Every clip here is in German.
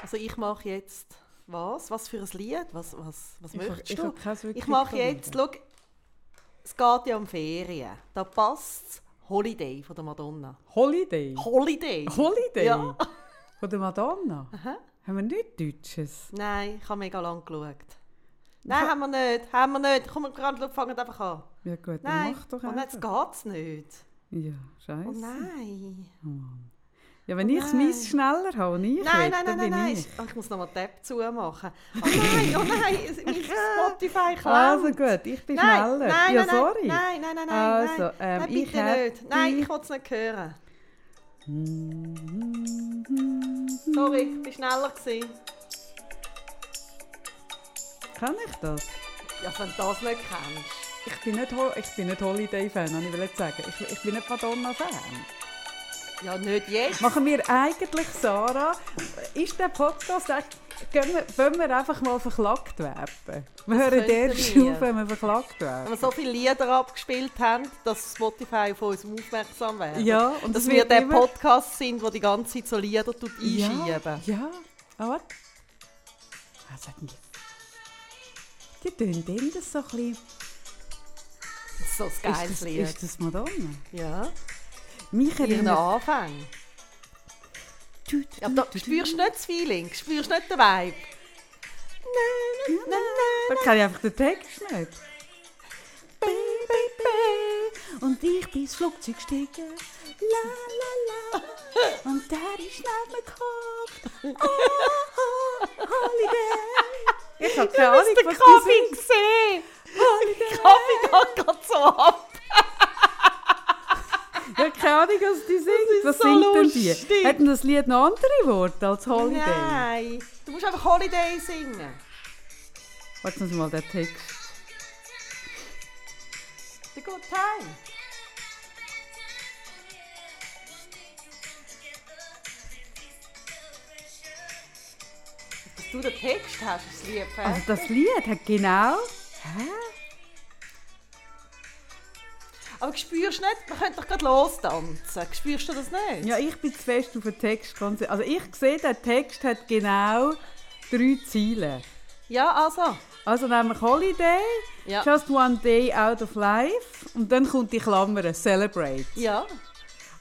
Also ich mache jetzt was? Was für ein Lied? Was, was, was Ich hab- möchtest ich du? hab keins wirklich ich mache parat. jetzt, schau, es geht ja um Ferien. Da passt Holiday von der Madonna. Holiday. Holiday? Holiday? Ja. Von der Madonna? Aha. Haben wir nichts Deutsches? Nein, ich habe mega lang geschaut. Nein, haben wir nicht, haben wir nicht. Komm, gerade, schau, fangen einfach an. Ja gut, dann Nein, mach doch und jetzt einfach. geht's nicht. Ja, scheiße. Oh nein. Ja, wenn ich es nein. meins schneller habe und ich Nein, nein, hätte, nein, dann nein, bin nein. ich. Ich, oh, ich muss nochmal Tab zumachen. Oh nein, oh nein, es- mein Spotify klemmt. Also gut, ich bin nein, schneller. Nein, ja, nein, sorry. Nein, nein, nein, nein. Also, nein. ähm, nein, ich bitte hätte- nicht. Nein, ich will es nicht hören. Sorry, ich war schneller. Gewesen. Kann ich das? Ja, wenn du das nicht kennst. Ich bin nicht, Ho- ich bin nicht Holiday-Fan, habe ich wollte sagen. Ich, ich bin nicht Madonna-Fan. Ja, nicht jetzt. Machen wir eigentlich, Sarah, ist der Podcast eigentlich, können wir, wollen wir einfach mal verklagt werden? Wir hören könnten erst wir. auf, wenn wir verklagt Wenn werden. wir so viele Lieder abgespielt haben, dass Spotify auf uns aufmerksam wird. Ja, und dass es wir wird der immer- Podcast sind, der die ganze Zeit so Lieder tut einschieben. Ja, ja. Ah, warte. Was hat denn die? Die tun dem das so ein bisschen... Das ist so ein ist, geiles das, Lied. ist das Madonna? Ja. Mich Ihren erinnert... Anfang. Ja, da spürst du nicht das Feeling, spürst du nicht den Vibe. Nein, nein, Da nein, kann ich einfach den Text nicht. Baby, baby. Und ich bin ins Flugzeug gestiegen. La, la, la. Und der ist neben mir gekocht. Oh, oh, Holiday. Ich hab keine nein. Ahnung, Du hast den was Kaffee die gesehen. Der singen. Kaffee geht gerade so ab. Ich hab keine Ahnung, was die singt. Was so singt denn lustig. die? Hat denn das Lied noch andere Worte als Holiday? Nein, du musst einfach Holiday singen. Warte uns mal den Text. The good time. Dass du den Text hast, ist lieb. hä? Also das Lied hat genau... Hä? Aber spürst du nicht, man könnte doch gerade lostanzen. Spürst du das nicht? Ja, ich bin zu fest auf den Text konzentriert. Also ich sehe, der Text hat genau drei Ziele. Ja, also. Also nämlich Holiday, Ja. Just One Day Out of Life und dann kommt die Klammer Celebrate. Ja,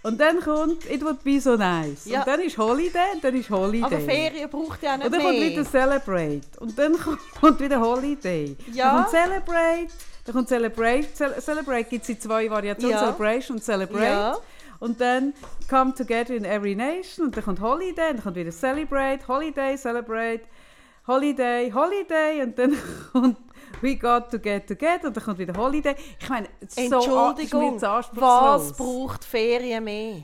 Und dann kommt It Would Be So Nice. Ja. Und dann ist Holiday und dann ist Holiday. aber Ferien braucht ja auch nicht und dann kommt mehr. wieder Celebrate. Und dann kommt, kommt wieder Holiday. Ja. Dann kommt Celebrate. Dann kommt Celebrate. Cel- Celebrate gibt es in zwei Variationen. Ja. Celebration und Celebrate. Ja. Und dann Come Together in Every Nation. Und dann kommt Holiday. Und dann kommt wieder Celebrate. Holiday, Celebrate. Holiday, Holiday. Und dann kommt We Got To Get Together. Und dann kommt wieder Holiday. Ich meine, so a- ist mir Entschuldigung, jetzt anspruchslos. was braucht Ferien mehr?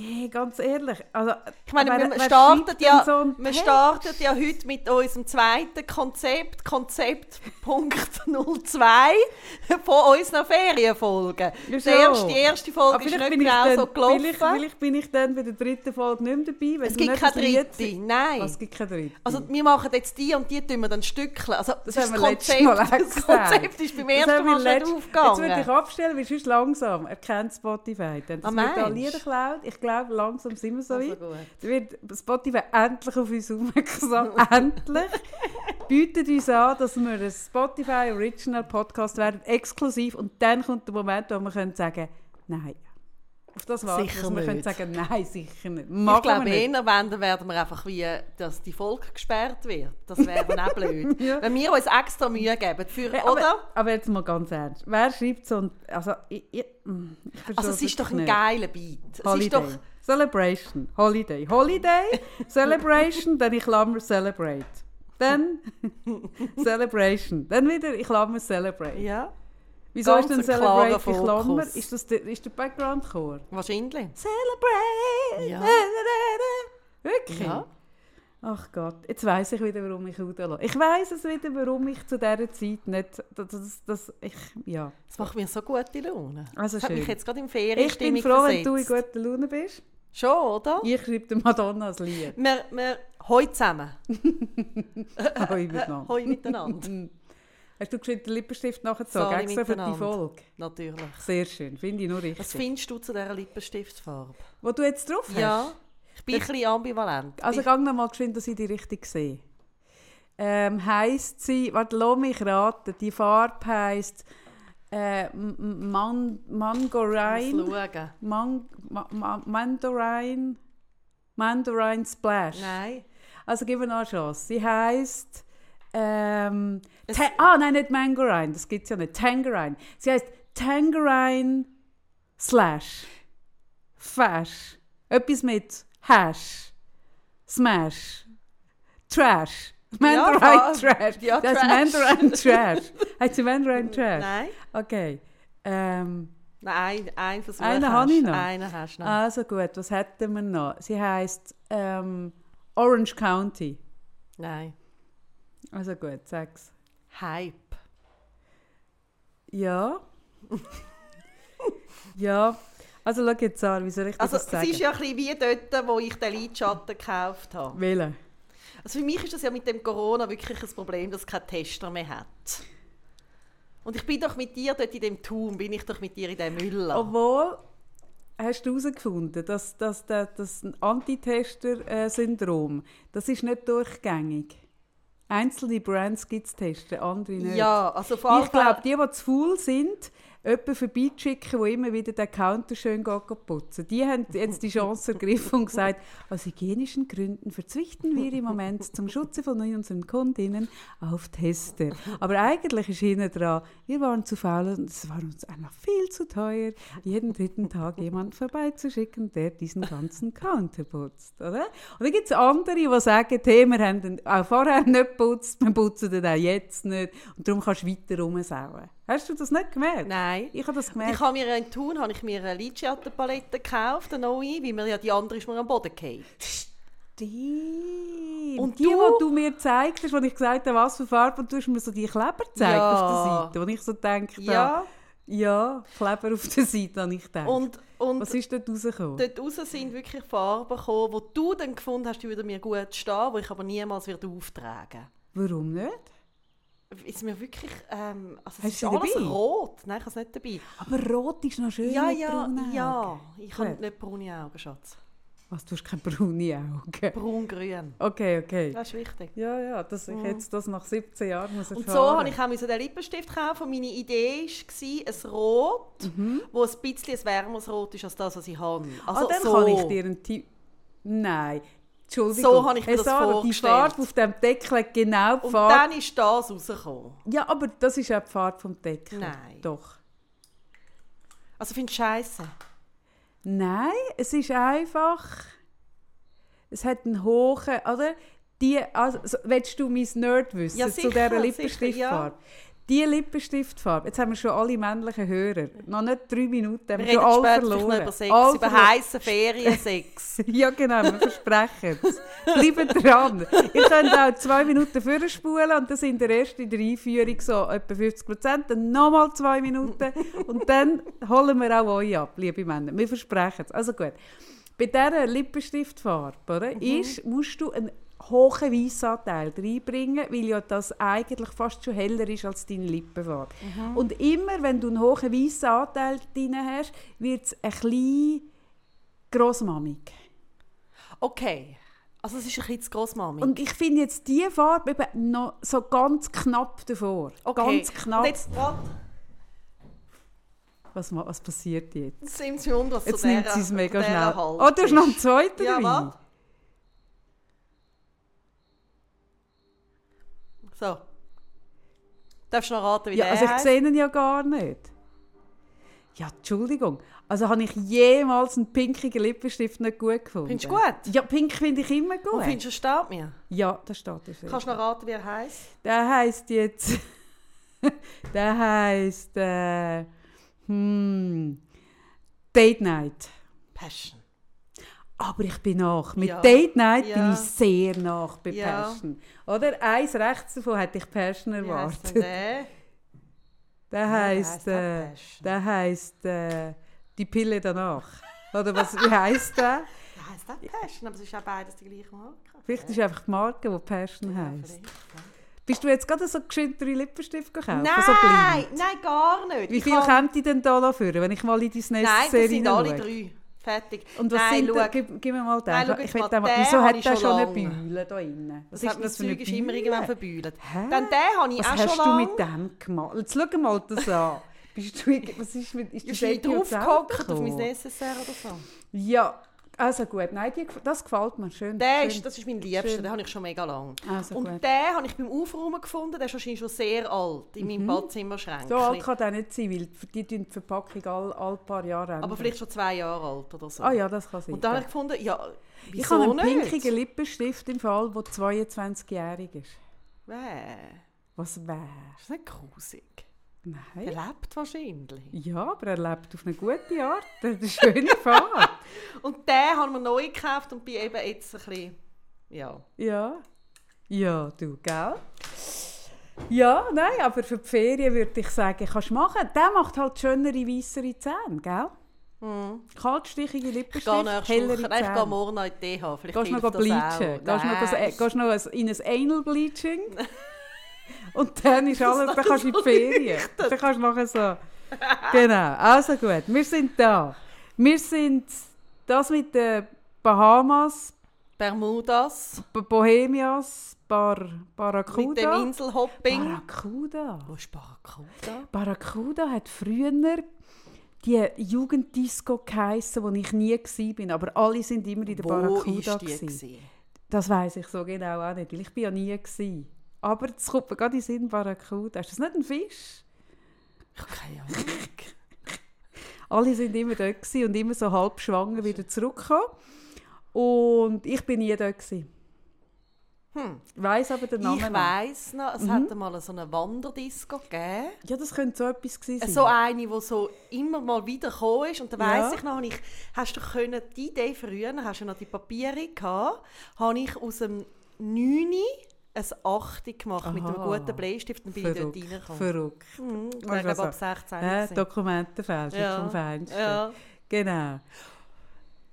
Ey, ganz ehrlich. Also, Ich meine, wer- wir, wer startet schreibt ja, denn so einen wir Text? startet ja heute mit unserem zweiten Konzept, Konzept Punkt 02 von unseren Ferienfolgen. Ja, Die erste, schon. die erste Folge Aber ist vielleicht nicht bin ich genau dann, so gelaufen. Vielleicht, vielleicht bin ich dann bei der dritten Folge nicht mehr dabei. Wenn es du gibt nicht keine das Lied- dritte, nein. Was, es gibt keine dritte? Also wir machen jetzt die und die tun wir dann stückeln. Also das, ist haben das wir letztes Konzept. Mal auch das gesagt. Konzept ist beim Das ersten haben wir Mal nicht letzt- Jetzt würde ich aufgegangen. abstellen, weil sonst langsam. Er kennt Spotify. Dann das Ah, wird da meinst? Lieder geklaut. Ich glaube, langsam sind wir so Also weit. gut. Dann wird Spotify endlich auf uns aufmerksam. endlich. Bietet uns an, dass wir ein Spotify Original Podcast werden, exklusiv. Und dann kommt der Moment, wo wir können sagen nein. Auf das warten wir, Sicher dass wir können nicht. sagen, nein, sicher nicht. Ich eh Machen wir glaube, nicht. eher wenn, dann werden wir einfach wie, dass die Folge gesperrt wird. Das wäre dann auch blöd. Ja. Wenn wir uns extra Mühe geben, für, Ja, oder? Aber, aber jetzt mal ganz ernst. Wer schreibt so ein... Also, ich, ich, mm, ich verstehe Also es ist wirklich doch ein nicht. geiler Beat. Es ist Holiday. doch, Celebration. Holiday. Holiday. Celebration. dann ich Klammer Celebrate. Dann Celebration. Dann wieder ich Klammer Celebrate. ja, Wieso ganz ist denn ein klarer Celebrate die Klammer? Fokus. Ist das der, ist der Background-Chor? wahrscheinlich. Celebrate. Ja. Wirklich? Ja. Ach Gott, jetzt weiß ich wieder, warum ich rauslasse. Ich weiß es wieder, warum ich zu dieser Zeit nicht... Das, das, das, ich, ja. Das macht mir so gute Laune. Also das hat schön. mich jetzt gerade in Ich bin Ferienstimmung froh, wenn du in versetzt. guter Laune bist. Schon, oder? Ich schreibe der Madonna ein Lied. Wir, wir, heute zusammen. Hoi miteinander. Heute miteinander. Hast du geschrieben den Lippenstift nachgezogen, Sorry, extra für die miteinander. Folge? Natürlich. Sehr schön, finde ich nur richtig. Was findest du zu dieser Lippenstiftfarbe? Wo du jetzt drauf hast? Ja. Ich bin ein bisschen ambivalent. Also ich, gang noch mal geschwind, dass ich die richtig sehe. Ähm, heisst sie, warte, lass mich raten, die Farbe heisst äh, M- M- Man ich muss Mangorine. schauen. Man Ma Ma Mandarine. Mandarine Splash. Nein. Also gib mir noch eine Chance. Sie heisst. Ähm, Es- Ta- ah, nein, nicht Mangarine, das gibt es ja nicht. Tangerine. Sie heisst Tangerine slash Fash. Etwas mit Hash. Smash. Trash. Mandarine Ja, fa- Trash. ja, das Trash. heißt Mandarine Trash. Heißt sie Mandarine Trash? Nein. Okay. Ähm, Nein, ein, ein Versuch Einen hast. habe ich noch. Einen hast du noch. also gut, was hätten wir noch? Sie heisst ähm, Orange County. Nein. Also gut, sag's. Hype. Ja. ja. Also schau jetzt an, wie soll ich dir Also das es sagen? ist ja ein bisschen wie dort, wo ich den Lidschatten gekauft habe. Wählen. Also für mich ist das ja mit dem Corona wirklich ein Problem, dass es keinen Tester mehr hat. Und ich bin doch mit dir dort in dem Turm, bin ich doch mit dir in dem Müll. Oh, Obwohl, hast du herausgefunden, dass, dass, dass das Antitester-Syndrom, das ist nicht durchgängig. Einzelne Brands gibt es Testen, andere nicht. ja, also vor allem... Ich glaube, die, die zu faul sind, jemanden vorbeischicken, der immer wieder den Counter schön geht putzen Die haben jetzt die Chance ergriffen und gesagt, aus hygienischen Gründen verzichten wir im Moment zum Schutze von unseren Kundinnen auf Tester. Aber eigentlich ist hinten dran, wir waren zu faul und es war uns einfach viel zu teuer, jeden dritten Tag jemanden vorbeizuschicken, der diesen ganzen Counter putzt. Oder? Und dann gibt es andere, die sagen, hey, wir haben den auch vorher nicht geputzt, wir putzen den auch jetzt nicht und darum kannst du weiter rumsauen. Hast du das nicht gemerkt? Nein. Ich habe das Und gemerkt. Ich habe mir in Thun habe ich mir eine Lidschattenpalette gekauft, eine neue, weil mir ja die andere ist mir am Boden gefallen. Stimmt. Und Und die, du? die du mir gezeigt hast, wo ich gesagt habe, was für Farbe, und du hast mir so die Kleber gezeigt Ja. auf der Seite, wo ich so denke, Ja, ja, Kleber auf der Seite, habe ich gedacht. und, und was ist dort rausgekommen? dort raus sind wirklich Farben gekommen, die du dann gefunden hast, die würden mir gut stehen, die ich aber niemals werde auftragen Warum nicht? Ist mir wirklich, ähm, also Hast es ist du sie alles dabei? rot. Nein, ich habe es nicht dabei. Aber rot ist noch schön Ja, mit ja, braunen Augen. ja. Ich habe Gut. nicht braune Augen, Schatz. Was, du hast keine braune Augen? Braun-grün. Okay, okay. Das ist wichtig. Ja, ja, dass ich jetzt das nach 17 Jahren muss Und so erfahren. habe ich auch müssen den Lippenstift kaufen. Und Meine Idee war ein Rot, wo ein bisschen ein wärmeres Rot ist als das, was ich habe. Also Mhm. ah, dann so. kann ich dir einen Tipp... Nein, Entschuldigung. So habe ich mir Hey, das Sarah, vorgestellt. die Farbe auf dem Deckel hat genau die Und Farbe... dann ist das rausgekommen. Ja, aber das ist auch die Farbe vom Deckel. Nein. Doch. Also finde ich scheiße. Nein, es ist einfach... Es hat einen hohen... Oder? Die, also, so- willst du mein Nerd wissen Ja, zu sicher, dieser sicher, Lippenstiftfarbe? Die Lippenstiftfarbe, jetzt haben wir schon alle männlichen Hörer. Noch nicht drei Minuten, haben Wir reden wir schon alle später verloren. noch über Sex, Alle über verloren. heißen Feriensex. Ja, genau, wir versprechen es. Bleibt dran. Ihr könnt auch zwei Minuten vorspulen und dann sind der erste in der Einführung so etwa 50 Prozent, dann nochmal zwei Minuten und dann holen wir auch euch ab, liebe Männer. Wir versprechen es. Also gut. Bei dieser Lippenstiftfarbe oder, ist, musst du einen hohen Weissanteil reinbringen, weil ja das eigentlich fast schon heller ist als deine Lippenfarbe. Und immer, wenn du einen hohen Weissanteil drin hast, wird es ein bisschen grossmamig. Okay. Also es ist ein bisschen zu grossmami. Und ich finde jetzt diese Farbe eben noch so ganz knapp davor. okay. Ganz knapp. Und jetzt gerade was, ma- was passiert jetzt? sind sie unter Jetzt nimmt sie es mega schnell. Oh, du hast noch einen zweiten Ja, Wein. warte. So. Darfst du noch raten, wie Ja, der also ich heisst? sehe ihn ja gar nicht. Ja, Entschuldigung. Also habe ich jemals einen pinkigen Lippenstift nicht gut gefunden. Findest du gut? Ja, pink finde ich immer Und gut. findest du, es steht mir? ja, das steht auf jeden Kannst du noch raten, wie er heisst? Der heißt jetzt. der heißt. Äh, hm, Date Night. Passion. Aber ich bin nach. Mit Ja. Date Night bin Ja. ich sehr nach bei Ja. Passion. Oder? Eins rechts davon hätte ich Passion Wie heisst denn erwartet. der? Der der heisst. heisst auch Äh, Passion. der heisst. Äh, die Pille danach. Oder was, wie heisst der? Der heisst auch Passion, aber es ist auch beides die gleiche Marke. Vielleicht ist einfach die Marke, die Passion Ja, heisst. vielleicht, ja. Bist du jetzt gerade so geschwind drei Lippenstift gekauft? So Nein, blind? nein, gar nicht. Wie Ich viel habe- käme die denn da führen, wenn ich mal in die Nein, das Nest-Serie sind alle drei. Fertig. Und was Nein, sind da, schau. gib, gib mir mal den. Nein, schau ich jetzt will mal, den mal, den wieso habe hat ich der schon schon eine lange. Bühle da drin? Was Das ist hat denn das das für eine Zeug ist immer Bühle? irgendwann verbeulet. Hä? Dann den habe ich Was auch hast schon du lange. mit dem gemacht? Jetzt schau mal das an. Bist du, irgendwie- was ist mit, ist Ich das bin Edding aus dem draufgehockt Auto auf mein gekommen? Necessaire oder so. Ja, also gut. Nein, die, gef- das gefällt mir. Schön. Der schön. ist, das ist mein Liebster, Schön. den habe ich schon mega lange. Also und gut. den habe ich beim Aufräumen gefunden, der ist wahrscheinlich schon sehr alt, in meinem Badzimmerschrank. Mhm. So alt kann der nicht sein, weil die tun die Verpackung alle all paar Jahre ändern. Aber vielleicht schon zwei Jahre alt oder so. Ah ja, das kann sein. Und dann habe ich gefunden, ja, wieso ich habe einen nicht? pinkigen Lippenstift im Fall, der 22-jährig ist. Wä, Was wäre? Ist das nicht grusig? Der Nein. lebt wahrscheinlich. Ja, aber er lebt auf eine gute Art. Das ist eine schöne Fahrt. Und den haben wir neu gekauft und bin eben jetzt ein bisschen, ja. Ja. Ja, du, gell? Ja, nein, aber für die Ferien würde ich sagen, kannst du machen. Der macht halt schönere, weissere Zähne, gell? Hm. Kaltstichige Ich gehe Lippenstift, nächste hellere Woche, Zähne. nein, ich gehe morgen noch in die DH, vielleicht Gehst du noch hilft das auch. bleachen? Gehst du noch, das- äh, Nein. gehst du noch ein- in ein Anal Bleaching? Und dann ist Das alles, dann ist kannst du in die Ferien. Dann kannst du nachher so. Genau, also gut, wir sind da. Wir sind das mit den Bahamas, Bermudas, B- Bohemias, Bar mit dem Barracuda. Inselhopping. Barracuda. Wo ist Barracuda? Barracuda hat früher die Jugenddisco geheissen, wo ich nie war. Aber alle sind immer in der Barracuda. ist die? gewesen. gewesen? Das weiß ich so genau auch nicht, weil ich bin ja nie gsi. Aber es kommt mir gerade in den Sinn Barracuda. Ist das nicht ein Fisch? Ich habe keine Ahnung. Alle sind immer dort gsi und immer so halb schwanger wieder zurückgekommen. Und ich bin nie dort gsi. Hm. Weiß aber den Namen Ich noch. Mhm. weiss noch, es hat mal so eine Wanderdisco gegeben. Ja, das könnte so etwas gewesen sein. So eine, die so immer mal wieder gekommen ist. Und da Ja. weiss ich noch, habe ich, hast du können, die Idee früher, hast du noch die Papiere gehabt, habe ich aus dem 9 ein 8 gemacht mit einem Aha. guten Bleistift und bin ich dort reingekommen. verrückt. Mhm, ich Also, glaube, ab 16 Äh, gewesen. Dokumentenfälschung Ja. vom Feinsten. ja. Genau.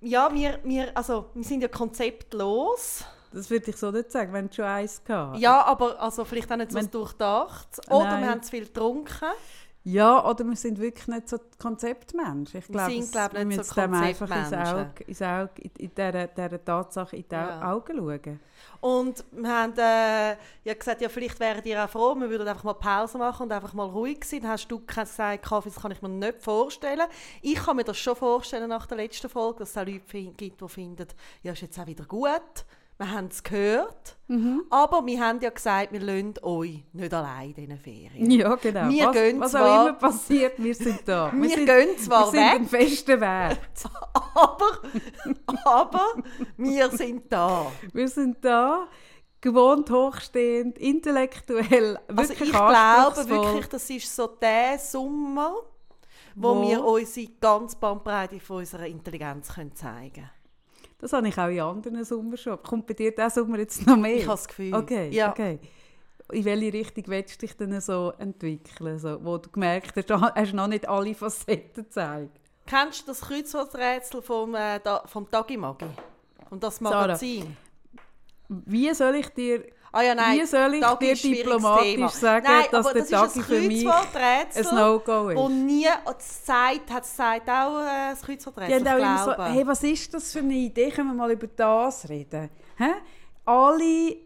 ja, wir, wir, also, wir sind ja konzeptlos. Das würde ich so nicht sagen, wenn du schon eins gehabt hast. Ja, aber also vielleicht auch nicht so Wenn- durchdacht. Oder Nein. wir haben zu viel getrunken. Ja, oder wir sind wirklich nicht so Konzeptmenschen. Ich Wir glaube, sind, es- glaub, wir nicht müssen so dem einfach ins Konzeptmenschen. Auge, ins Auge in, in dieser, dieser Tatsache in die Au- Ja. Augen schauen. Und wir haben äh, ja gesagt, ja, vielleicht wären ihr auch froh, wir würden einfach mal Pause machen und einfach mal ruhig sein. Dann hast du gesagt, Kaffee, das kann ich mir nicht vorstellen. Ich kann mir das schon vorstellen nach der letzten Folge, dass es auch Leute fin- gibt, die finden, ja, ist jetzt auch wieder gut. Wir haben es gehört. Aber wir haben ja gesagt, wir lassen euch nicht allein in diesen Ferien. Ja, genau. Wir was gehen was zwar- auch immer passiert, wir sind da. Wir sind, gehen zwar wir weg. sind ein festen Wert. Aber, aber wir sind da. Wir sind da, gewohnt hochstehend, intellektuell, Also wirklich ich glaube anspruchsvoll. wirklich, das ist so der Sommer, wo, Wo? wir unsere ganze Bandbreite von unserer Intelligenz können zeigen können. Das habe ich auch in anderen Sommern schon. Kommt bei dir der Sommer jetzt noch mehr? Ich habe das Gefühl. Okay, ja. okay. In welche Richtung willst du dich denn so entwickeln, so, wo du gemerkt hast, du hast noch nicht alle Facetten gezeigt? Kennst du das Kreuzworträtsel vom, äh, da, vom Tagimagi? Und das Sarah. Magazin? Wie soll ich dir, Ah ja, nein. wie soll ich Tag dir ist ein schwieriges diplomatisch Thema. sagen, nein, dass aber der das ist Tag ein für mich ein Kreuzworträtsel, No-Go wo ist? nie das Zeit hat es Zeit auch äh, das Die Kreuzworträtsel. haben auch immer so, glaube. hey, was ist das für eine Idee? Können wir mal über das reden? Hä? Alle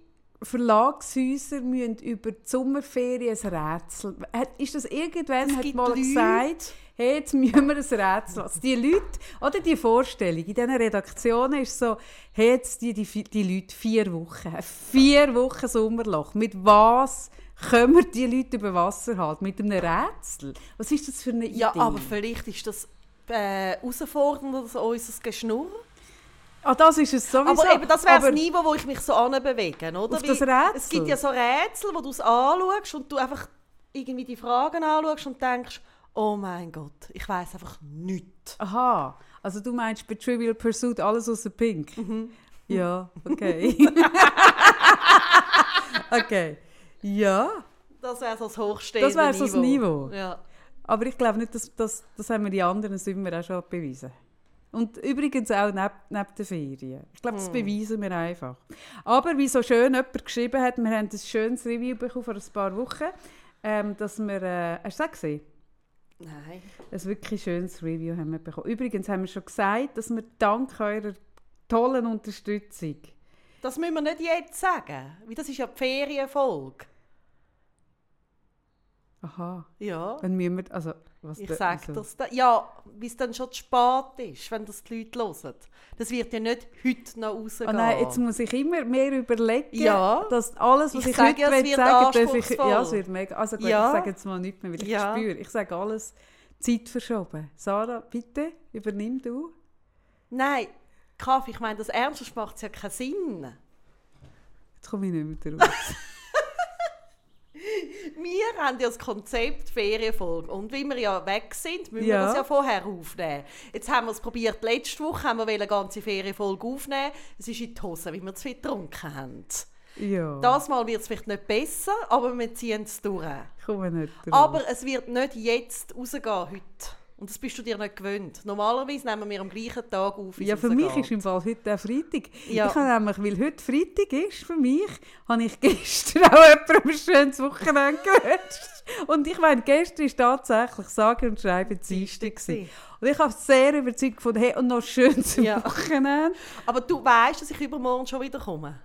Verlagshäuser müssen über die Sommerferien ein Rätsel. Hat- Ist das irgendwann Es hat gibt mal Leute- gesagt, hey, jetzt müssen wir ein Rätsel. Also die Leute, oder die Vorstellung in diesen Redaktionen ist so, hey, jetzt die, die, die Leute vier Wochen, vier Wochen Sommerloch. Mit was können wir die Leute über Wasser halten? Mit einem Rätsel? Was ist das für eine ja, Idee? aber vielleicht ist das äh, herausfordernd als unser Geschnurr. Ah, das ist es sowieso. Aber eben, das wäre Aber- das Niveau, wo ich mich so anbewege, oder? Auf Weil das Rätsel? Es gibt ja so Rätsel, wo du es anschaust und du einfach irgendwie die Fragen anschaust und denkst, oh mein Gott, ich weiß einfach nichts. Aha, also du meinst bei Trivial Pursuit alles außer Pink? Ja, okay. okay, ja. Das wäre so das hochstehende Das wäre so das Niveau. Ja. Aber ich glaube nicht, dass das, das haben wir die anderen Sommer auch schon bewiesen. Und übrigens auch neben, neben den Ferien. Ich glaube, das beweisen wir einfach. Aber wie so schön jemand geschrieben hat, wir haben ein schönes Review bekommen vor ein paar Wochen, ähm, dass wir, äh, hast du das gesehen? Nein. Ein wirklich schönes Review haben wir bekommen. Übrigens haben wir schon gesagt, dass wir dank eurer tollen Unterstützung. Das müssen wir nicht jetzt sagen, weil das ist ja die Ferienfolge. Aha. Ja, Dann müssen wir. Also, was ich da- sage also, das. Da, ja, bis dann schon zu spät ist, wenn das die Leute hören. Das wird ja nicht heute noch rausgehen. Oh nein, jetzt muss ich immer mehr überlegen, Ja. dass alles, was Ich ich, sage heute ja, es will wird sagen darf ich, anspruchsvoll. Ja, es wird mega. Also gut, Ja. ich sage jetzt mal nichts mehr, weil ich Ja. spüre. Ich sage alles Zeit verschoben. Sarah, bitte, übernimm du. Nein, Kaffee, ich meine das ernst, sonst macht es ja keinen Sinn. Jetzt komme ich nicht mehr drauf. Wir haben ja das Konzept Ferienfolge und wie wir ja weg sind, müssen wir Ja. das ja vorher aufnehmen. Jetzt haben wir es probiert, letzte Woche haben wir eine ganze Ferienfolge aufnehmen. Es ist in die Hose, wie wir zu viel getrunken haben. ja, Das Mal wird es vielleicht nicht besser, aber wir ziehen es durch. ich komme nicht drauf. Aber es wird nicht jetzt rausgehen heute. Und das bist du dir nicht gewöhnt. Normalerweise nehmen wir am gleichen Tag auf. wie es Ja, für mich rausgeht. ist im Fall heute auch Freitag. Ja. Ich habe nämlich, weil heute Freitag ist für mich, habe ich gestern auch jemandem ein schönes Wochenende gewünscht. Und ich meine, gestern war tatsächlich sage und schreibe Dienstag. gewesen. Und ich habe es sehr überzeugt gefunden, hey, und noch ein schönes Ja. Wochenende. Aber du weißt, dass ich übermorgen schon wieder komme.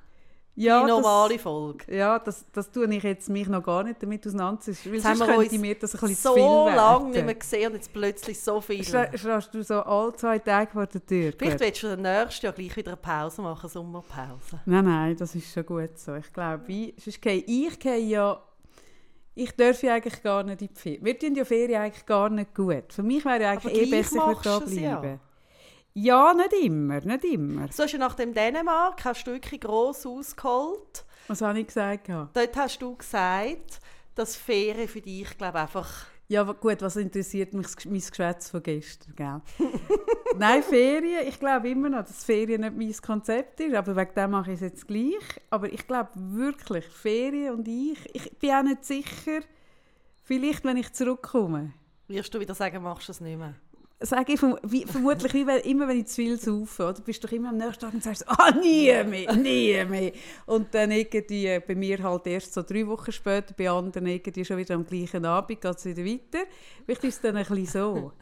Ja, die das- normale Folge. Ja, das, das tue ich jetzt mich noch gar nicht damit auseinandersetzen, weil Jetzt haben sonst wir könnte uns mir das ein bisschen So zu viel werden. lange nicht mehr gesehen und jetzt plötzlich so viel. Schra- Schraubst du so alle zwei Tage vor der Tür? Vielleicht willst du nächstes Jahr gleich wieder eine Pause machen, eine Sommerpause. Nein, nein, das ist schon gut so. Ich glaube, ich, sonst gehe ich gehe ja... Ich darf ja eigentlich gar nicht in die Ferien. Wir tun ja Ferien eigentlich gar nicht gut. Für mich wäre ja eigentlich Aber eh gleich besser, ich würde machst da du es ja. bleiben. Ja. nicht immer, nicht immer. So hast du nach dem Dänemark hast du wirklich gross ausgeholt. Was habe ich gesagt? gehabt? Dort hast du gesagt, dass Ferien für dich, glaube einfach... Ja, aber gut, was interessiert mich das Gesch- mein Geschwätz von gestern, gell? Nein, Ferien, ich glaube immer noch, dass Ferien nicht mein Konzept ist, aber wegen dem mache ich es jetzt gleich. Aber ich glaube wirklich, Ferien und ich, ich bin auch nicht sicher, vielleicht, wenn ich zurückkomme. Wirst du wieder sagen, machst du es nicht mehr. sage ich verm wie, vermutlich wie, wenn- immer, wenn ich zu viel saufe, oder? bist du doch immer am nächsten Tag und sagst, ah, nie mehr, nie mehr. Und dann irgendwie äh, bei mir halt erst so drei Wochen später, bei anderen irgendwie schon wieder am gleichen Abend geht es wieder weiter. Vielleicht ist es dann ein bisschen so.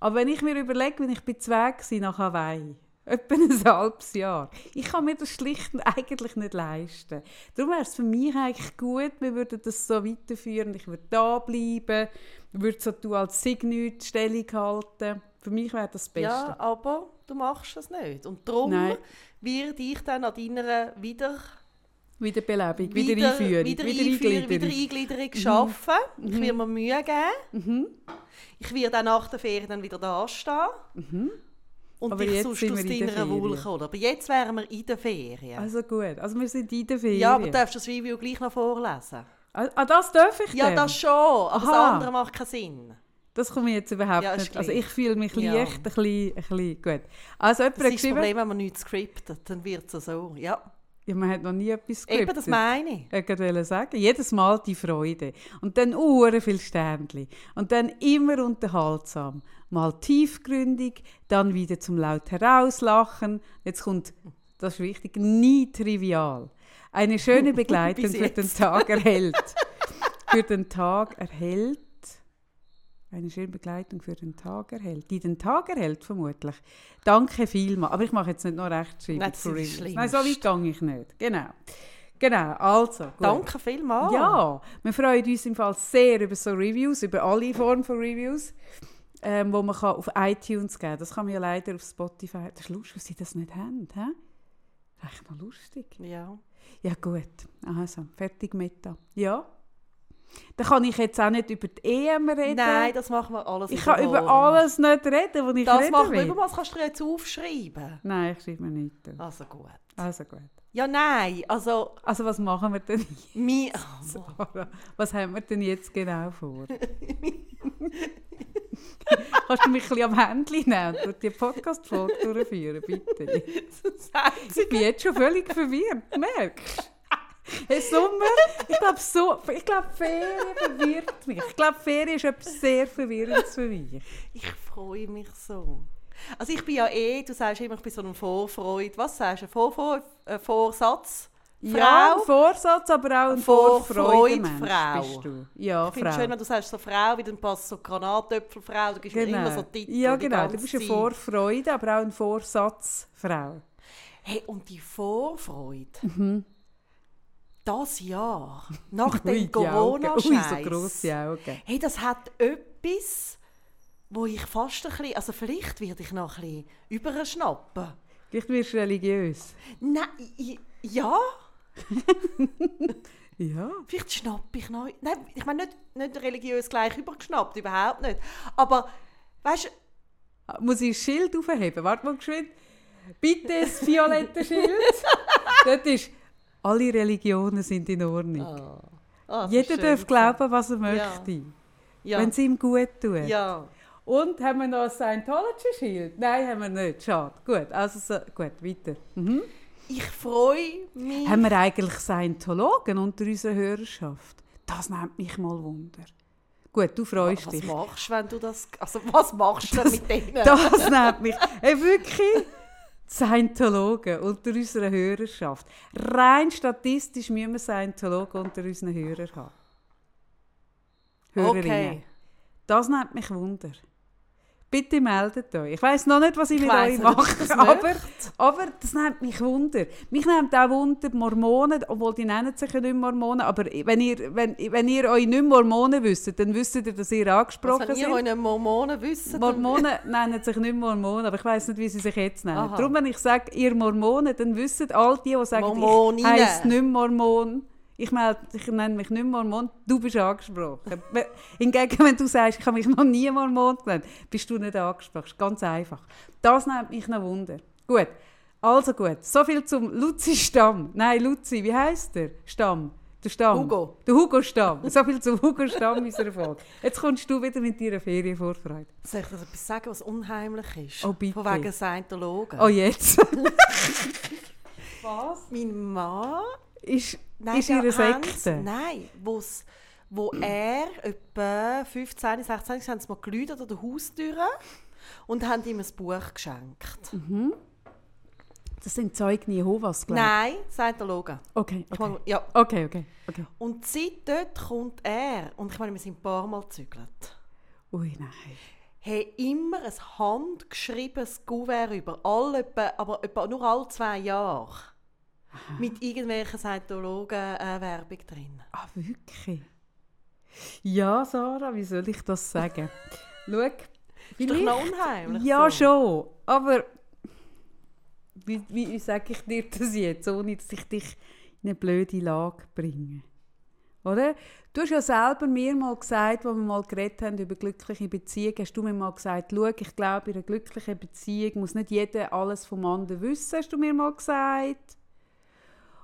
Aber wenn ich mir überlege, wenn ich bei zwei war nach Hawaii, etwa ein halbes Jahr, ich kann mir das schlicht eigentlich nicht leisten. Darum wäre es für mich eigentlich gut, wir würden das so weiterführen, ich würde da bleiben, würde so du als Signet Stellung halten. Für mich wäre das das Beste. Ja, aber du machst es nicht. Und darum Nein. wird ich dann an deiner wieder, Wiederbelebung, wieder, Einführung, wieder, Wiedereinführung, Eingliederung. Mhm. Wiedereingliederung arbeiten. Ich werde mir Mühe geben. Ich werde auch nach der Ferien dann wieder da stehen. Und Mhm. Aber dich jetzt sonst sind aus wir in der deiner Ferien. Wulche holen. Aber jetzt wären wir in der Ferien. Also gut, also wir sind in der Ferien. ja, aber darfst du das Review gleich noch vorlesen? ah, ah, das darf ich Ja, dann? das schon, aber das Aha. andere macht keinen Sinn. Das kommt mir jetzt überhaupt Ja, ist nicht. Also gleich. ich fühle mich Ja. leicht, ein bisschen, ein bisschen, gut. Das ist Also jemand hat das geschrieben, Problem, wenn man nichts scriptet, dann wird es so. Ja, ja, man hat noch nie etwas eben, das gescriptet. meine ich. Ich wollte sagen, jedes Mal die Freude. Und dann uhren viel Sternchen. Und dann immer unterhaltsam. Mal tiefgründig, dann wieder zum laut herauslachen. Jetzt kommt, das ist wichtig, nie trivial. Eine schöne Begleitung Bis für den Tag erhält. für den Tag erhält. Eine schöne Begleitung für den Tag erhält. Die den Tag erhält, vermutlich. Danke vielmals. Aber ich mache jetzt nicht nur Rechtschreibung. Nein, das ist for das real. Nein, so Schlimmste. weit gehe ich nicht. Genau. Genau, also. Gut. Danke vielmals. Ja, wir freuen uns im Fall sehr über so Reviews, über alle Formen von Reviews, ähm, wo man kann auf iTunes geben kann. Das kann man ja leider auf Spotify. Das ist lustig, dass sie das nicht haben. Hä? Echt noch lustig. ja. Ja gut, also, fertig mit da. Ja. Dann kann ich jetzt auch nicht über die EM reden. Nein, das machen wir alles ich kann über übermorgen. alles nicht reden, was ich Das reden machen wir will. übermals, kannst du dir jetzt aufschreiben. Nein, ich schreibe mir nicht. auf. Also gut. Also gut. Ja, nein, also Also was machen wir denn mi Also Oh, Sarah, was haben wir denn jetzt genau vor? Kannst du mich ein bisschen am Händchen nehmen und durch die Podcast-Folge durchführen, bitte? das Einzige- Ich bin jetzt schon völlig verwirrt, merkst du? Hey, Sommer, ich glaube, so, ich glaube, Ferien verwirrt mich. Ich glaube, Ferien ist etwas sehr Verwirrendes für mich. ich freue mich so. Also ich bin ja eh, du sagst immer, ich bin so ein Vorfreude. Was sagst du? Ein Vorfreude, ein Vorsatz? Ja, ein Frau. Vorsatz, aber auch ein Vor- Vorfreudemensch Freud, Frau. bist du. Ja, Ich finde es Frau. schön, wenn du sagst, so Frau, wie dann passt so Granatöpfelfrau, du gibst mir immer so Titel. ja, die genau. Du ganze bist eine Zeit. Vorfreude, aber auch eine Vorsatzfrau. Hey, und die Vorfreude. Das Jahr, nach Mhm. Ui, dem die Augen. corona Ui, so grosse Augen. Hey, das hat etwas, wo ich fast ein bisschen, also vielleicht werde ich noch ein bisschen überschnappen. Vielleicht wirst du religiös. Nein, i- ja, Ja. vielleicht schnappe ich noch. Nein, ich meine nicht, nicht religiös gleich übergeschnappt, überhaupt nicht. Aber, weißt du, Muss ich das Schild aufheben? Warte mal geschwind. Bitte das violette Schild. Dort ist, alle Religionen sind in Ordnung. Ah, das ist Jeder schön darf gesagt. glauben, was er möchte. Ja. Wenn es ihm gut tut. ja. Und haben wir noch ein Scientology-Schild? Nein, haben wir nicht. Schade. Gut, also so, gut, weiter. Mhm. Ich freue mich. Haben wir eigentlich Scientologen unter unserer Hörerschaft? Das nimmt mich mal Wunder. Gut, du freust was dich. machst du, wenn du das. Also, was machst du denn mit denen? Das nimmt mich. Hey, wirklich? Scientologen unter unserer Hörerschaft. Rein statistisch müssen wir Scientologen unter unseren Hörern haben. Hörerinnen. Okay. Das nimmt mich Wunder. Bitte meldet euch. Ich weiß noch nicht, was ich, Ich mit weiss euch nicht, ob mache, ich das aber, aber das nimmt mich Wunder. Mich nimmt auch Wunder die Mormonen, obwohl die nennen sich ja nicht Mormonen, aber wenn ihr, wenn, wenn ihr euch nicht Mormonen wisst, dann wisst ihr, dass ihr Was, angesprochen wenn ihr seid. euch Mormonen wissen, Mormonen nennen sich nicht Mormonen, aber ich weiß nicht, wie sie sich jetzt nennen. Aha. Darum, wenn ich sage, ihr Mormonen, dann wissen all die, die sagen, ich Mormoninen. heisse nicht Mormon, ich, meld, ich nenne mich nicht Mormon, du bist angesprochen. We- Hingegen, wenn du sagst, ich habe mich noch nie Mormon genannt, bist du nicht angesprochen. Ist Ganz einfach. Das nennt mich noch Wunder. Gut, also gut. So viel zum Luzi Stamm. Nein, Luzi, wie heißt der Stamm? Der Stamm. Hugo. Der Hugo Stamm. So viel zum Hugo Stamm unserer Folge. Jetzt kommst du wieder mit deiner Ferienvorfreude. Soll ich dir etwas sagen, was unheimlich ist? Oh, bitte. Von wegen Scientologen. Oh, jetzt. Was? Mein Mann Ist, Nein, ist ihre der Hans- Sekte? Nein, wo's, wo er etwa 15, 16 ist, haben sie mal geläutet an der Haustüre und haben ihm ein Buch geschenkt. Das sind Zeugen Jehovas, glaube ich. Nein, Scientologen. Okay, Ich okay. meine, ja. Okay, okay, okay. Und seit dort kommt er, und ich meine, wir sind ein paar Mal gezügelt, Ui, nein. haben immer ein handgeschriebenes Kuvert über, alle, etwa- aber etwa nur alle zwei Jahre, mit irgendwelchen Scientologen-Werbung äh, drin. Ah, wirklich? Ja, Sarah, wie soll ich das sagen? Schau. Ist doch noch unheimlich. Ja, so. schon. Aber wie, wie sage ich dir das jetzt, ohne dass ich dich in eine blöde Lage bringe? Oder? Du hast ja selber mir mal gesagt, als wir mal geredet haben über glückliche Beziehungen, hast du mir mal gesagt, schau, ich glaube, in einer glücklichen Beziehung muss nicht jeder alles vom anderen wissen, hast du mir mal gesagt.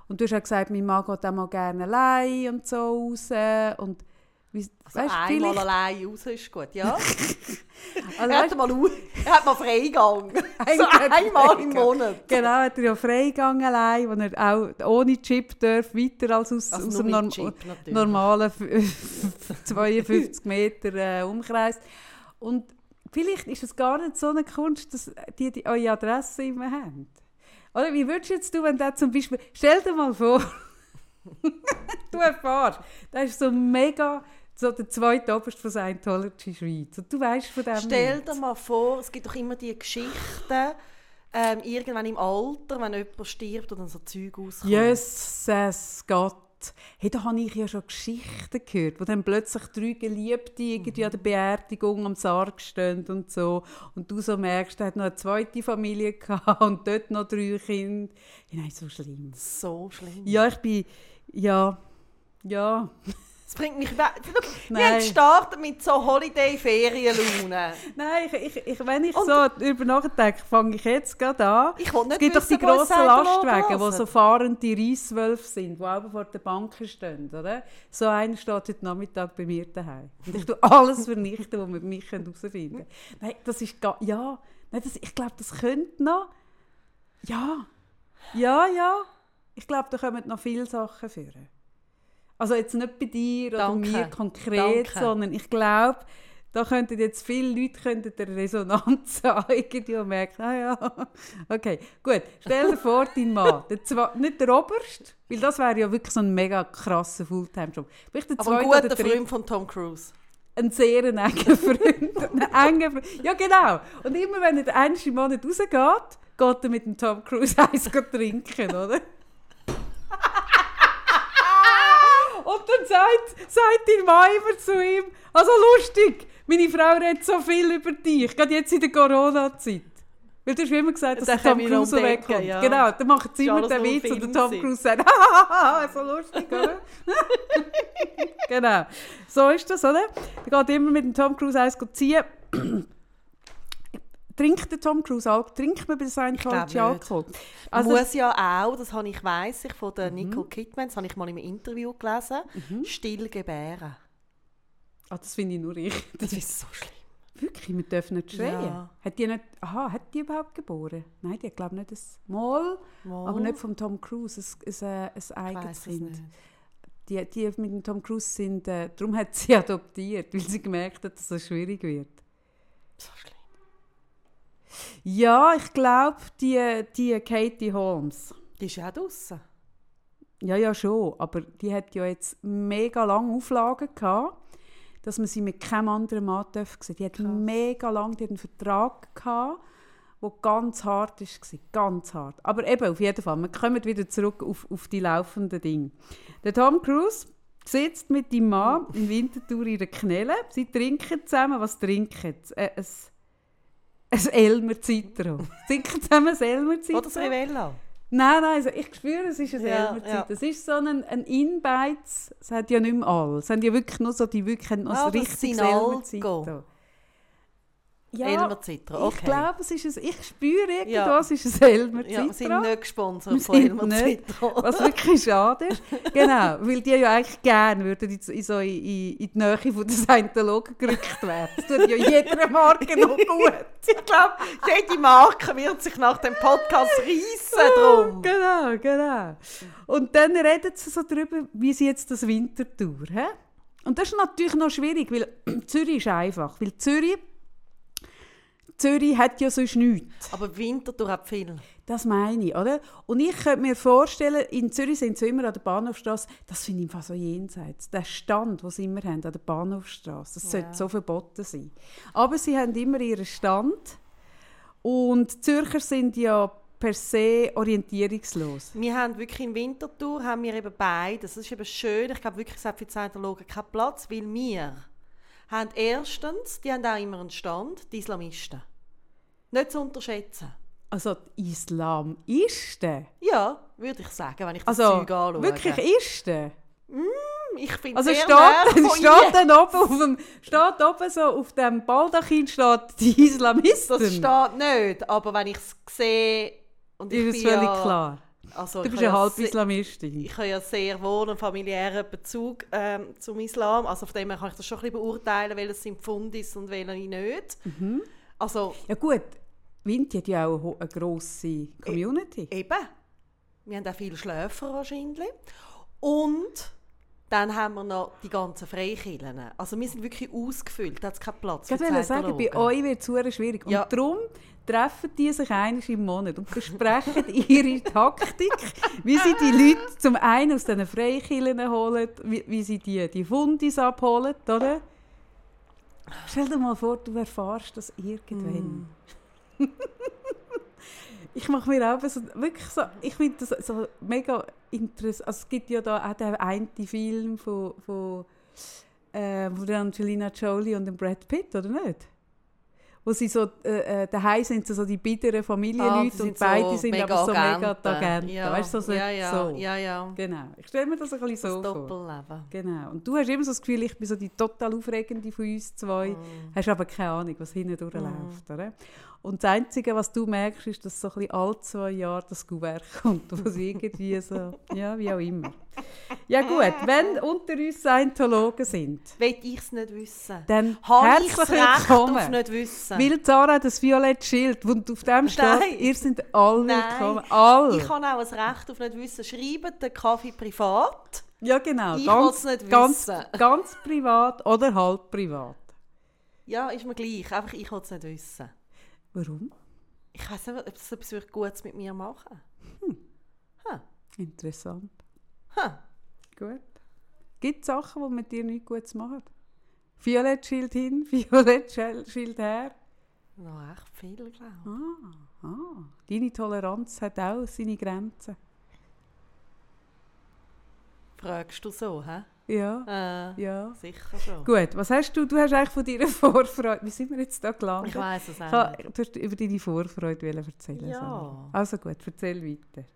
Und du hast auch gesagt, mein Mann geht auch mal gerne allein und so raus. Und, wie- Also weisst, einmal vielleicht- allein raus ist gut, ja? also er, weisst, hat mal, au- er hat mal Freigang. so Einmal einmal im Freigang. Monat. Genau, hat er ja Freigang allein, wo er auch ohne Chip darf, weiter als aus, Also aus nur dem mit Norm Jeep natürlich. normalen f- 52 Meter äh, Umkreis. Und vielleicht ist es gar nicht so eine Kunst, dass die, die eure Adresse immer haben. Oder wie würdest jetzt du, wenn der zum Beispiel, stell dir mal vor, du erfahrst, der ist so mega, so der zweite Oberst von Scientology Schweiz. Und du weißt von dem Stell nichts. dir mal vor, es gibt doch immer die Geschichten, ähm, irgendwann im Alter, wenn jemand stirbt und dann so Zeug rauskommt. Jesus Gott. Hey, da habe ich ja schon Geschichten gehört, wo dann plötzlich drei Geliebte irgendwie an der Beerdigung am Sarg stehen und so. Und du so merkst, er hat noch eine zweite Familie gehabt und dort noch drei Kinder. Ja, nein, so schlimm. So schlimm. Ja, ich bin... Ja... Ja... Das bringt mich weg. Schau, Wir Nein. haben gestartet mit so Holiday-Ferien-Laune. Nein, ich, ich, ich, wenn ich Und- so darüber nachdenke, fange ich jetzt gerade an. Ich will nicht es gibt doch die wissen, wo es grossen Scientologen Lastwagen, die hören. so fahrende Reisswölfe sind, die oben vor der Bank stehen. Oder? So einer steht heute Nachmittag bei mir daheim. Und ich tue alles vernichten, was wir mich herausfinden können. Nein, das ist gar... Ja, Nein, das, ich glaube, das könnte noch... Ja, ja, ja. Ich glaube, da kommen noch viele Sachen führen. Also jetzt nicht bei dir oder Danke. mir konkret, Danke. sondern ich glaube, Da könnten jetzt viele Leute könnten der Resonanz irgendwie und merken, ah ja, okay, gut. Stell dir vor, dein Mann, der Zwa nicht der Oberst, weil das wäre ja wirklich so ein mega krasser Fulltime-Job. Vielleicht der Aber ein zweite oder guter dritte- Freund von Tom Cruise. ein sehr enger Freund. Ein enger Freund. Ja, genau. Und immer wenn er einmal im Monat rausgeht, geht er mit dem Tom Cruise eins go trinken, oder? Und dann sagt, sagt dein Mann immer zu ihm, also lustig, meine Frau redet so viel über dich, gerade jetzt in der Corona-Zeit. Weil du hast immer gesagt, dass Dann der kann Tom ich noch Cruise entdecken, wegkommt. ja. Genau, dann macht sie Ist immer alles den nur Witz und der Film Tom gewesen. Cruise sagt, hahaha, so lustig, oder? genau. So ist das, oder? Der geht immer mit dem Tom Cruise eins ziehen. Trinkt der Tom Cruise Alkohol? Trinkt man bei glaub Scientology nicht. Alkohol? Also, Mhm. Muss ja auch, das habe ich weiss ich von der Nicole Kidman, das habe ich mal im Interview gelesen, still gebären. ah, das finde ich nur ich. Das ist so schlimm. Wirklich, wir dürfen nicht schreien. Ja. Hat die nicht, aha, hat die überhaupt geboren? Nein, die glaube nicht das Mal, Mal. aber nicht von Tom Cruise, es ist ein, ein Ich eigenes weiss es Kind. nicht. Die, die mit dem Tom Cruise sind, äh, darum hat sie adoptiert, weil sie gemerkt hat, dass es schwierig wird. So schlimm. Ja, ich glaube, die, die Katie Holmes. Die ist ja auch draussen. Ja, ja, schon. Aber die hat ja jetzt mega lange Auflagen gehabt, dass man sie mit keinem anderen Mann darf sehen. Die hat mega lange die hat einen Vertrag gehabt, der ganz hart war. Ganz hart. Aber eben, auf jeden Fall, wir kommen wieder zurück auf, auf die laufenden Dinge. Der Tom Cruise sitzt mit dem Mann im Winterthur in der Knelle. Sie trinken zusammen. Was trinken sie? Äh, ein, ein Elmer Zitro. Trinken zusammen ein Elmer Zitro. Oder das Rivella. Nein, nein, also ich spüre, es ist eine Ja, Elmerzeit. ja. Es ist so ein, ein Inbeiz, es hat ja nicht mehr alle. Es haben ja wirklich nur so, die wirklich haben noch Ah, ein das richtiges Sinalco. Elmerzeit. da. Ja, Elmer Zitra, okay. ich glaube, es ist ein, ich spüre Ja. irgendwas, es ist ein Elmerzeit. ja, wir sind nicht gesponsert Wir von sind Elmer nicht. Zitra. Was wirklich schade ist. Genau, weil die ja eigentlich gerne würden in, in, so in, in in die Nähe von den Scientologen gerückt werden. Das tut ja jeder Marke noch gut. Ich glaube, jede Marke wird sich nach dem Podcast reissen drum. Ah, Genau, genau. Und dann reden sie so darüber, wie sie jetzt das Wintertour hä? Und das ist natürlich noch schwierig, weil Zürich ist einfach. Weil Zürich, Zürich hat ja sonst nichts. Aber Winterthur hat viel. Das meine ich, oder? Und ich könnte mir vorstellen, in Zürich sind sie immer an der Bahnhofstrasse, das finde ich im Fall so jenseits. Der Stand, den sie immer haben an der Bahnhofstrasse, das sollte so verboten sein. Aber sie haben immer ihren Stand. Und die Zürcher sind ja per se orientierungslos. Wir haben wirklich in Winterthur haben wir eben beides. Das ist eben schön. Ich glaube wirklich, es hat für die Scientologen keinen Platz, weil wir haben erstens, die haben auch immer einen Stand, die Islamisten. Nicht zu unterschätzen. Also die Islamisten? Ja, würde ich sagen, wenn ich das Also Zeug anschaue. wirklich Isten? Ich finde Oh, Also sehr steht, näher von steht ihnen. dann oben auf dem, steht oben so auf dem Baldachin steht die Islamisten. Das steht nicht, aber wenn ich es sehe... Und ich Ist es bin völlig ja, klar. Also, Du ich bist habe eine ja halb se- Islamistin. ich habe ja sehr wohl einen familiären Bezug ähm, zum Islam. Also von dem her kann ich das schon ein bisschen beurteilen, welches sind Fundis und welche nicht. Mhm. Also Ja gut, Vinti hat ja auch eine ho- eine grosse Community. eben, wir haben auch viele Schläfer wahrscheinlich. Und dann haben wir noch die ganzen Freikillen. Also wir sind wirklich ausgefüllt, da hat es keinen Platz Ich für wollte sagen, bei Zeitologen. euch wird es verdammt schwierig. Und Ja. darum treffen die sich einmal im Monat und besprechen ihre Taktik, wie sie die Leute zum einen aus diesen Freikillen holen, wie, wie sie die, die Fundis abholen, oder? Stell dir mal vor, du erfährst das irgendwann. Mm. ich mache mir auch so, wirklich so, ich finde das so mega interessant. Also es gibt ja da auch den einen Film von, von, äh, von der Angelina Jolie und dem Brad Pitt, oder nicht? Wo sie so, äh, äh, daheim sind sie so die bitteren Ah, Familienleute sie und so beide sind aber so mega die Agenten. Ja, Weißt du, so, ja, ja, so. ja, ja. Genau, ich stelle mir das ein bisschen Das so vor. Doppelleben. Genau. Und du hast immer so das Gefühl, ich bin so die total aufregende von uns zwei. Ah. Hast aber keine Ahnung, was hinten durchläuft. Oder? Und das Einzige, was du merkst, ist, dass so ein bisschen alle zwei Jahre das Gouverne kommt, was irgendwie so, ja, wie auch immer. Ja gut, wenn unter uns Scientologen sind, Will ich es nicht wissen? dann Habe ich herzlich Recht auf willkommen. nicht wissen? Weil Zara hat das violette Schild, und auf dem steht, Nein. ihr seid alle Nein. willkommen. Alle. Ich habe auch ein Recht auf nicht wissen. Schreibt den Kaffee privat. ja genau, Ich ganz, will's nicht ganz, wissen. ganz privat oder halb privat. Ja, ist mir gleich. Einfach ich will es nicht wissen. Warum? Ich weiß nicht, ob das etwas wirklich Gutes mit mir machen Hm. würde. Interessant. Hm. Hm. Gut. Gibt es Sachen, die mit dir nichts Gutes machen? Violett Schild hin, Violett Schel- Schild her. Noch echt viel, glaube Ah, ah. Deine Toleranz hat auch seine Grenzen. ich. Fragst du so, hä? Ja, Äh, ja. Sicher schon. Gut, was hast du? Du hast eigentlich von deiner Vorfreude... Wie sind wir jetzt da gelandet? Ich weiß es Ich auch ha- nicht. du hast über deine Vorfreude wollen erzählen. Ähm. Ja. Sarah. Also gut, erzähl weiter.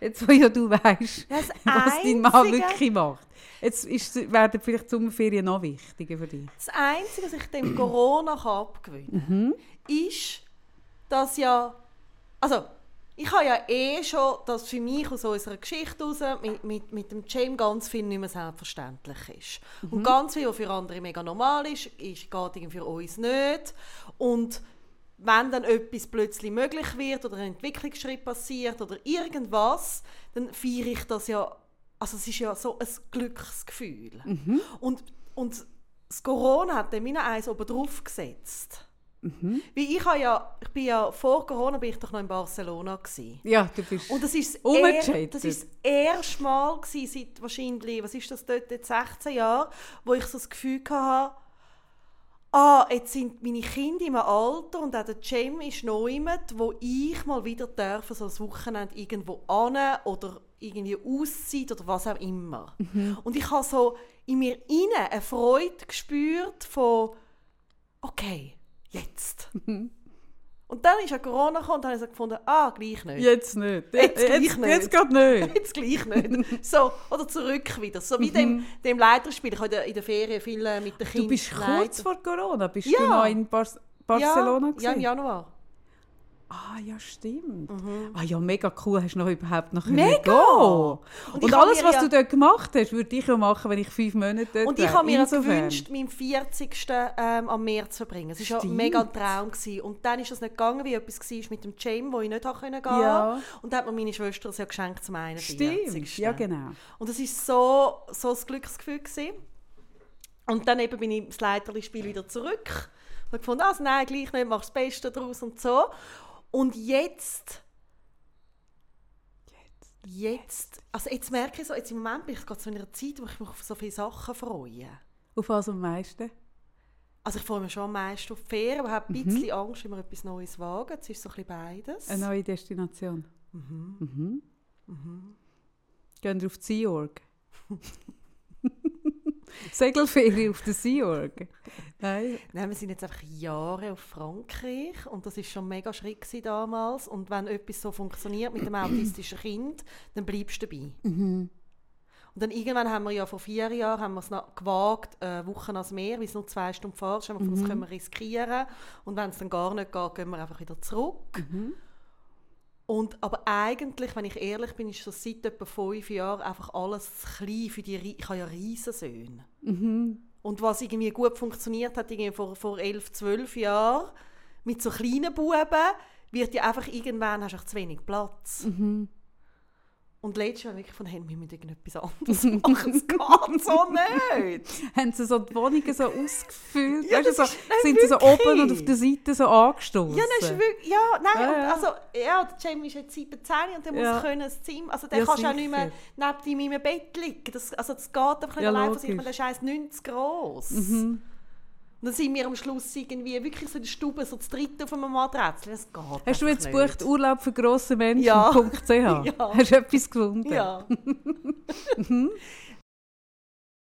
Jetzt, wo ja du weißt, Das was dein Mann Einzige- wirklich macht. Jetzt ist, werden vielleicht die Sommerferien noch wichtiger für dich. Das Einzige, was ich dem Corona kann abgewinnen Mhm. ist, dass ja. Also, ich habe ja eh schon, dass für mich aus unserer Geschichte heraus mit, mit, mit dem Jam ganz viel nicht mehr selbstverständlich ist. Und ganz viel, was für andere mega normal ist, ist geht irgendwie für uns nicht. Und wenn dann etwas plötzlich möglich wird oder ein Entwicklungsschritt passiert oder irgendwas, dann feiere ich das ja. Also es ist ja so ein Glücksgefühl. Und, und das Corona hat dann meiner eins oben drauf gesetzt. Wie ich habe ja, ich bin ja vor Corona bin ich doch noch in Barcelona gsi. Ja, du bist... Und das ist das, er, Umgechattet. das, ist das erste Mal gsi seit wahrscheinlich, was ist das dort, jetzt 16 Jahren, wo ich so das Gefühl hatte, ah, jetzt sind meine Kinder im Alter und auch der Cem ist noch jemand, wo ich mal wieder darf, so ein Wochenende irgendwo an oder irgendwie auszieht oder was auch immer. Und ich habe so in mir inne eine Freude gespürt von, okay, jetzt. und dann ist ja Corona gekommen und dann habe ich so gefunden, ah, gleich nicht. Jetzt nicht. Jetzt gleich jetzt, nicht. jetzt geht nicht. Jetzt gleich nicht. So, oder zurück wieder. So wie dem, dem Leiterspiel. Ich habe in der- in der Ferien viel äh, mit den Kindern Mhm. Du bist kurz geleitet. vor Corona. Bist Ja. du noch in Bar Barcelona ja, ja, im gewesen? Januar. Ah, ja, stimmt. Ah ja, mega cool. Hast du noch überhaupt noch Mega! können gehen. Und Und, ich hab alles, mir was ja- du dort gemacht hast, würde ich ja machen, wenn ich fünf Monate dort Und ich wäre. habe mir Insofern. gewünscht, meinen 40. Ähm, am Meer zu verbringen. Es war ja Stimmt. mega ein Traum. Gewesen. Und dann ist es nicht gegangen, wie etwas war mit dem Jam, wo ich nicht habe können gehen Ja. Und dann hat mir meine Schwester es ja geschenkt zum 41. Stimmt, ja genau. Und es war so, so ein Glücksgefühl. Gewesen. Und dann eben bin ich ins Leiterli-Spiel wieder zurück. Und gefunden, also nein, gleich nicht, mach das Beste draus und so. Und jetzt... Jetzt, also jetzt merke ich so, jetzt im Moment bin ich gerade so in einer Zeit, wo ich mich auf so viele Sachen freue. Auf was am meisten? Also ich freue mich schon am meisten auf die Ferien, aber habe ein bisschen Angst, wenn wir etwas Neues wagen. Es ist so ein bisschen beides. Eine neue Destination. Mhm. Mhm. Mhm. Gehen wir auf die Sea Org. Segelferien auf der Sea Org. Nein. Nein, wir sind jetzt einfach Jahre auf Frankreich und das ist schon mega schräg gewesen damals. Und wenn etwas so funktioniert mit dem autistischen Kind, dann bleibst du dabei. Und dann irgendwann haben wir ja vor vier Jahren haben wir es noch gewagt, äh, Wochen ans Meer, weil es nur zwei Stunden Fahrt ist, haben wir gefunden, das können wir riskieren. Und wenn es dann gar nicht geht, gehen wir einfach wieder zurück. Und, aber eigentlich, wenn ich ehrlich bin, ist so seit etwa fünf Jahren einfach alles zu klein für die, Rie- ich habe ja Riesensöhne. Und was irgendwie gut funktioniert hat, irgendwie vor, vor 11, 12 Jahren, mit so kleinen Buben, wird ja einfach irgendwann hast du einfach zu wenig Platz. Und letztes Jahr wirklich von, hey, wir müssen irgendetwas anderes machen, es geht so nicht. Haben sie so die Wohnungen so ausgefüllt? Ja, weißt du, das so, ist- nein, sind sie so wirklich. oben und auf der Seite so angestoßen? Ja, das ist wirklich, ja, nein, Ja, und ja. also, ja, der Jamie ist jetzt 17 und der Ja. muss können ein Zimmer, also der Ja, kannst du auch nicht sicher. mehr neben ihm in meinem Bett liegen, das, also das geht einfach nicht Ja, allein von sich, logisch. Mhm. weil der Scheiß 90 groß. Und dann sind wir am Schluss irgendwie wirklich so in der Stube, so zu dritt auf einem Matratz. Das geht Hast du einfach jetzt nicht. gebucht Urlaub für grosse Menschen.ch? Ja. Hast du etwas gefunden? Ja.